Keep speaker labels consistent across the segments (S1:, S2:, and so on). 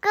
S1: 哥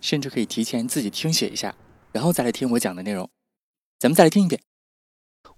S2: 甚至可以提前自己听写一下，然后再来听我讲的内容。咱们再来听一遍。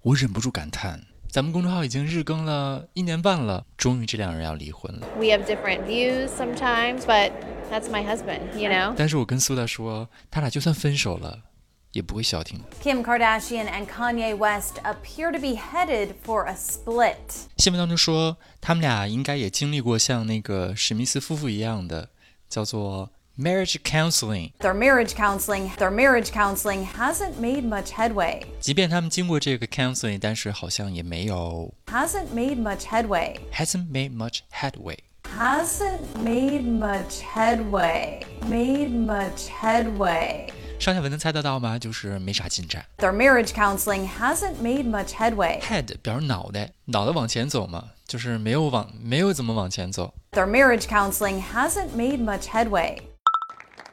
S3: 我忍不住感叹，咱们公众号已经日更了一年半了，终于这两人要离婚了。
S4: We have different views sometimes, but that's my husband, you know?
S3: 但是我跟苏达说，他俩就算分手了，也不会消停的。
S5: Kim Kardashian and Kanye West appear to be headed for a split.
S3: 新闻当中说，他们俩应该也经历过像那个史密斯夫妇一样的，叫做 marriage counseling。
S5: Their marriage counseling, their marriage counseling hasn't made much headway.
S3: 即便他们经过这个 counseling，但是好像也没有
S5: Hasn't made much headway.
S3: hasn't made much headway。
S5: Hasn't made much headway. Made much headway.
S3: 上下文能猜得到吗？就是没啥进展。
S5: Their marriage counseling hasn't made much headway.
S3: head 表示脑袋，脑袋往前走嘛，就是没有往没有怎么往前走。
S5: Their marriage counseling hasn't made much headway.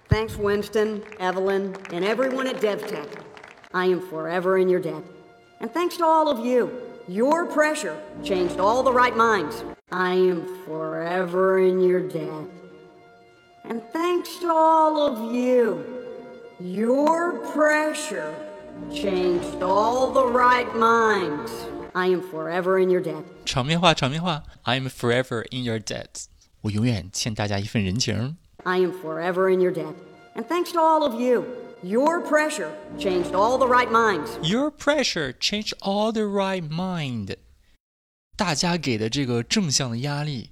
S6: Thanks, Winston, Evelyn, and everyone at DevTech. I am forever in your debt. And thanks to all of you, your pressure changed all the right minds. I am forever in your debt. And thanks to all of you, your pressure changed all the right minds. I am forever in your debt.
S3: 场面话，场面话，I'm forever in your debt，我永远欠大家一份人情。
S6: I am forever in your debt. And thanks to all of you, your pressure changed all the right minds.
S3: Your pressure changed all the right mind，大家给的这个正向的压力，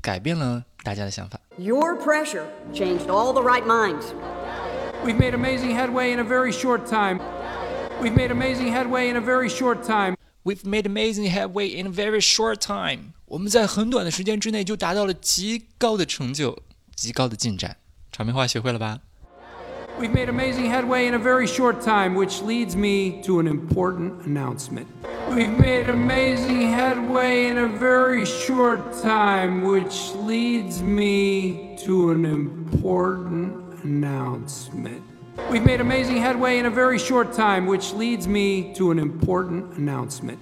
S3: 改变了大家的想法。
S6: Your pressure changed all the right minds.
S7: We've made amazing headway in a very short time. We've made amazing headway in a very short time.
S3: We've made amazing headway in a very short time，我们在很短的时间之内就达到了极高的成就，极高的进展。场面话学会了吧？
S7: We've made amazing headway in a very short time, which leads me to an important announcement. We've made amazing headway in a very short time, which leads me to an important announcement. We've made amazing headway in a very short time, which leads me to an important announcement.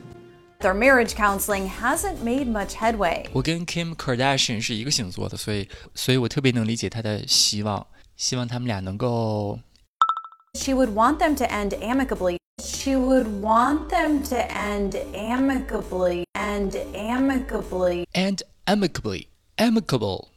S5: Their marriage counseling hasn't made much headway.
S3: 我跟 Kim Kardashian 是一个星座的，所以，所以我特别能理解她的希望，希望他们俩能够
S5: She would want them to end amicably. She would want them to end amicably. End amicably.
S3: and amicably amicable。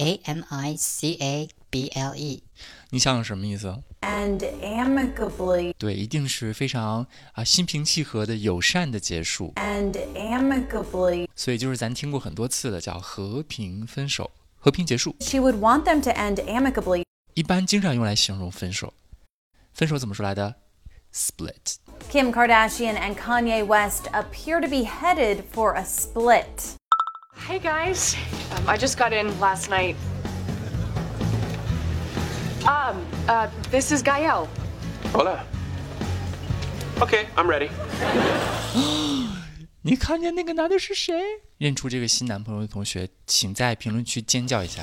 S8: A M I C A B L E。
S3: 你想想什么意思？
S5: End amicably.
S3: 对，一定是非常啊心平气和的、友善的结束。
S5: End amicably.
S3: 所以就是咱听过很多次的，叫和平分手、和平结束，
S5: She would want them to end amicably.
S3: 一般经常用来形容分手。分手怎么说来的？Split。
S5: Kim Kardashian and Kanye West appear to be headed for a split.
S4: Hey guys, um, I just got in last night. Um, uh, this is Gael.
S9: Hola. Okay, I'm ready.
S3: 你看见那个男的是谁？认出这个新男朋友的同学，请在评论区尖叫一下。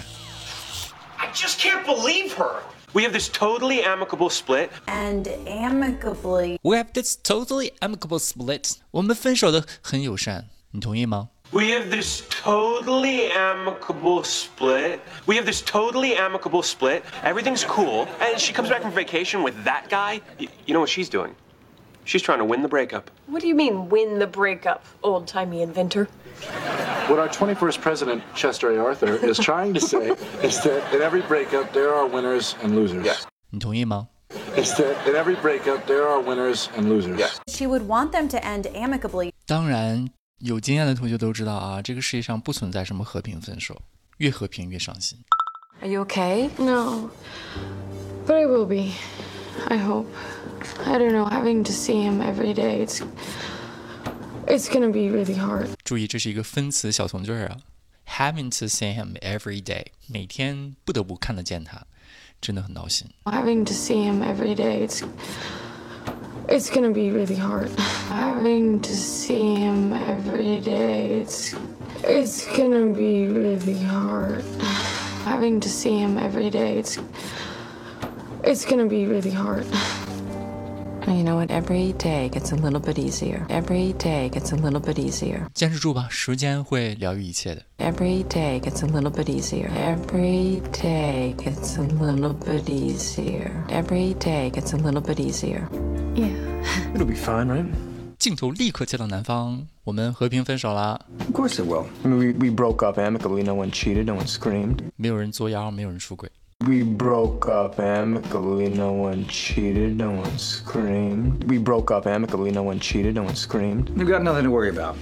S9: I just can't believe her. We have this totally amicable split.
S5: End amicably.
S3: We have this totally amicable split。我们分手的很友善，你同意吗？
S9: We have this totally amicable split. We have this totally amicable split. Everything's cool. And she comes back from vacation with that guy. Y- you know what she's doing? She's trying to win the breakup.
S4: What do you mean, win the breakup, old timey inventor?
S10: What our 21st president, Chester A. Arthur, is trying to say is that in every breakup, there are winners and losers.
S3: 你同意吗？
S10: Is that in every breakup, there are winners and losers.
S5: She would want them to end amicably.
S3: 当然，有经验的同学都知道啊，这个世界上不存在什么和平分手，越和平越伤心。
S4: Are you okay?
S11: No, but I will be. I hope. I don't know. Having to see him every day, it's it's gonna be really hard.
S3: 注意，这是一个分词小从句儿啊。Having to see him every day，每天不得不看得见他，真的很闹心。
S11: Having to see him every day, it's it's gonna be really hard. Having to see him every day, it's it's gonna be really hard. Having to see him every day, it's it's gonna be really hard.
S12: You know what? Every day gets a little bit easier. Every day gets a little bit easier.
S3: 坚持住吧，时间会疗愈一切的。
S12: Every day gets a little bit easier. Every day gets a little bit easier. Every day gets a little bit easier.
S3: Yeah,
S9: it'll be fine, right?
S3: 镜头立刻切到南方，我们和平分手啦。
S9: Of course it will. I mean, we, we broke up amicably. No one cheated. No one screamed.
S3: 没有人作妖，没有人出轨。
S9: We broke up amicably. No one cheated. No one screamed. We broke up amicably. No one cheated. No one screamed.
S13: We've got nothing to worry about.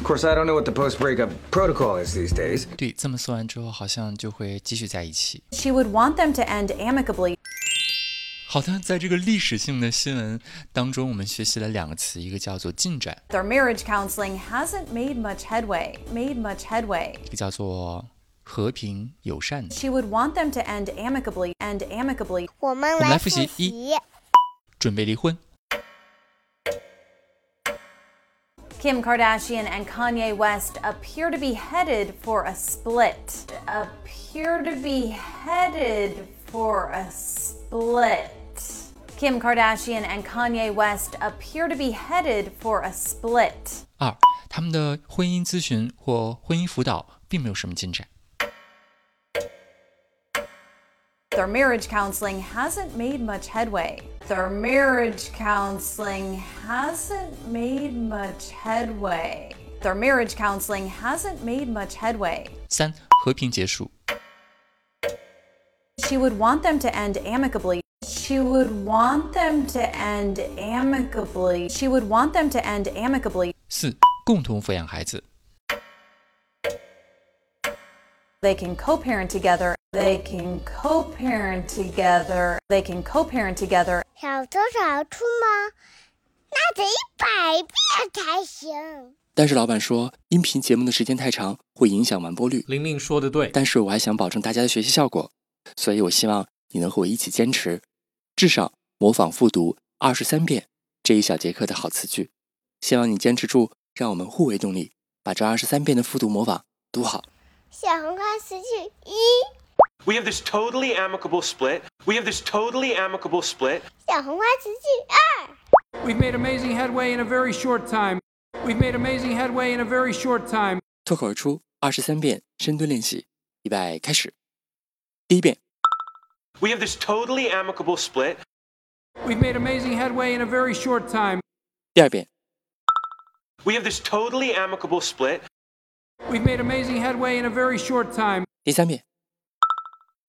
S13: Of course, I don't know what the post breakup protocol is these days.
S3: 对，这么说完之后，好像就会继续在一起。
S5: She would want them to end amicably.
S3: 好的，在这个历史性的新闻当中，我们学习了两个词，一个叫做进展，
S5: Their marriage counseling hasn't made much headway. Made much headway.
S3: 一个叫做和平友善。
S5: She would want them to end amicably. End amicably.
S14: 我们
S3: 我们来复习一，准备离婚。
S5: Kim Kardashian and Kanye West appear to be headed for a split. Appear to be headed for a split. Kim Kardashian and Kanye West appear to be headed for a split.
S3: 二，他们的婚姻咨询或婚姻辅导并没有什么进展。
S5: Their marriage counseling hasn't made much headway. Their marriage counseling hasn't made much headway. Their marriage counseling hasn't made much headway.
S3: 三，和平结束。
S5: She would want them to end amicably. She would want them to end amicably. She would want them to end amicably.
S3: 四，共同抚养孩子。
S5: They can co parent together. They can co parent together. They can co parent together.
S1: 小偷少出吗？那得一百遍才行。
S2: 但是老板说，音频节目的时间太长，会影响完播率。
S15: 玲玲说的对，
S2: 但是我还想保证大家的学习效果，所以我希望你能和我一起坚持，至少模仿复读二十三遍这一小节课的好词句。希望你坚持住，让我们互为动力，把这二十三遍的复读模仿读好。
S1: 小红花词句一，
S9: We have this totally amicable split. We have this totally amicable split.
S1: 小红花词句二，
S7: We've made amazing headway in a very short time. We've made amazing headway in a very short time.
S2: 脱口而出二十三遍深蹲练习，预备开始。第一遍，
S9: We have this totally amicable split.
S7: We've made amazing headway in a very short time.
S2: 第二遍，
S9: We have this totally amicable split.
S7: We've made amazing headway in a very short time.
S2: 第三遍，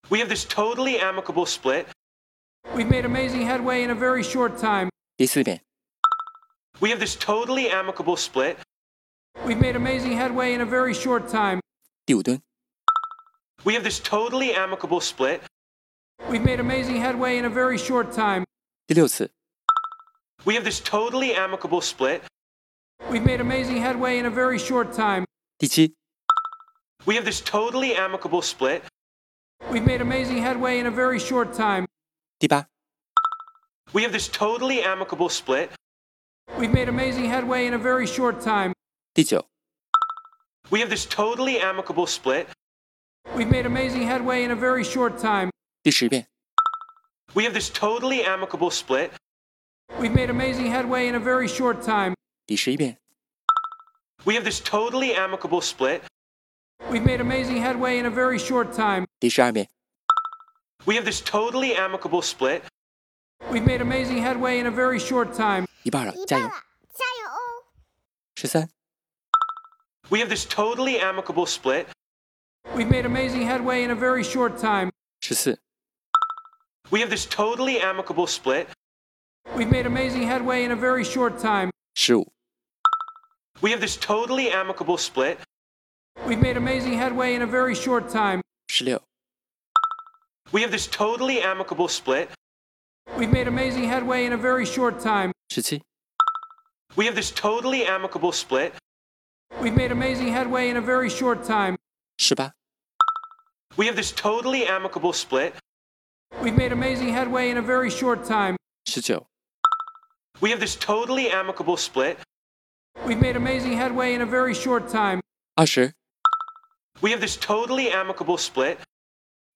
S9: We have this totally amicable split.
S7: We've made amazing headway in a very short time.
S2: 第四遍，
S9: We have this totally amicable split.
S7: We've made amazing headway in a very short time.
S2: 第五蹲，
S9: We have this totally amicable split.
S7: We've made amazing headway in a very short time.
S2: 第六次，
S9: We have this totally amicable split.
S7: We've made amazing headway in a very short time.
S2: 第七，
S9: We have this totally amicable split.
S7: We've made amazing headway in a very short time.
S2: 第八，
S9: We have this totally amicable split.
S7: We've made amazing headway in a very short time.
S2: 第九，
S9: We have this totally amicable split.
S7: We've made amazing headway in a very short time.
S2: 第十遍，
S9: We have this totally amicable split.
S7: We've made amazing headway in a very short time.
S2: 第十一遍，
S9: We have this totally amicable split.
S7: We've made amazing headway in a very short time.
S2: 第十二遍，
S9: We have this totally amicable split.
S7: We've made amazing headway in a very short time.
S2: 一半了，
S1: 一
S2: 加
S1: 半
S2: 油
S1: 了！，加油哦！
S2: 十三、
S9: We have this totally amicable split.
S7: We've made amazing headway in a very short time.
S2: 十四、
S9: We have this totally amicable split.
S7: We've made amazing headway in a very short time.
S2: 十五、
S9: We have this totally amicable split.
S7: We've made amazing headway in a very short time.
S2: 十六、
S9: We have this totally amicable split.
S7: We've made amazing headway in a very short time.
S2: 十七、
S9: We have this totally amicable split.
S7: We've made amazing headway in a very short time.
S2: 十八、
S9: We have this totally amicable split.
S7: We've made amazing headway in a very short time.
S3: 19.
S9: We have this totally amicable split.
S7: We've made amazing headway in a very short time.
S3: 20.
S9: We have this totally amicable split.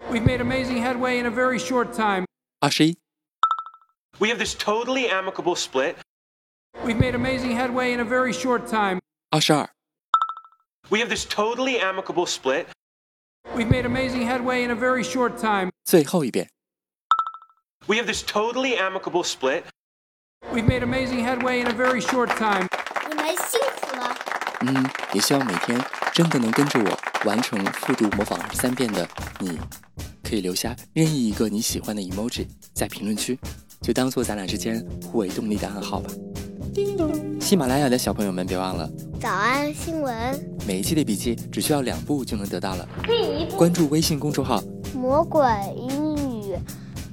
S7: We've made amazing headway in a very short time.
S3: 21.
S9: We have this totally amicable split.
S7: We've made amazing headway in a very short time.
S3: 22.
S9: We have this totally amicable split.
S7: We've made amazing headway in a very short time.
S3: 最后一遍。
S9: We have this totally amicable split.
S7: We've made amazing headway in a very short time.
S16: 你们辛苦了。
S3: 嗯，也希望每天真的能跟着我完成复读模仿二十三遍的你，可以留下任意一个你喜欢的 emoji 在评论区，就当做咱俩之间互为动力的暗号吧。
S16: 叮咚。
S3: 喜马拉雅的小朋友们，别忘了
S16: 早安新闻，
S3: 每一期的笔记只需要两步就能得到了。
S16: 第一步
S3: 关注微信公众号，
S16: 魔鬼英语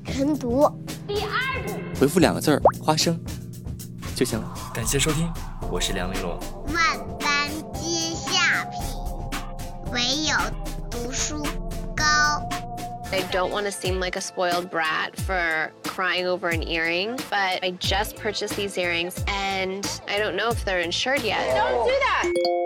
S16: 晨读，第二步
S3: 回复两个字儿“花生”就行了。感谢收听，我是梁丽罗。
S1: 万般皆下品，唯有读书高。
S4: I don't want to seem like a spoiled brat for crying over an earring, but I just purchased these earrings and I don't know if they're insured yet.
S17: Don't do that.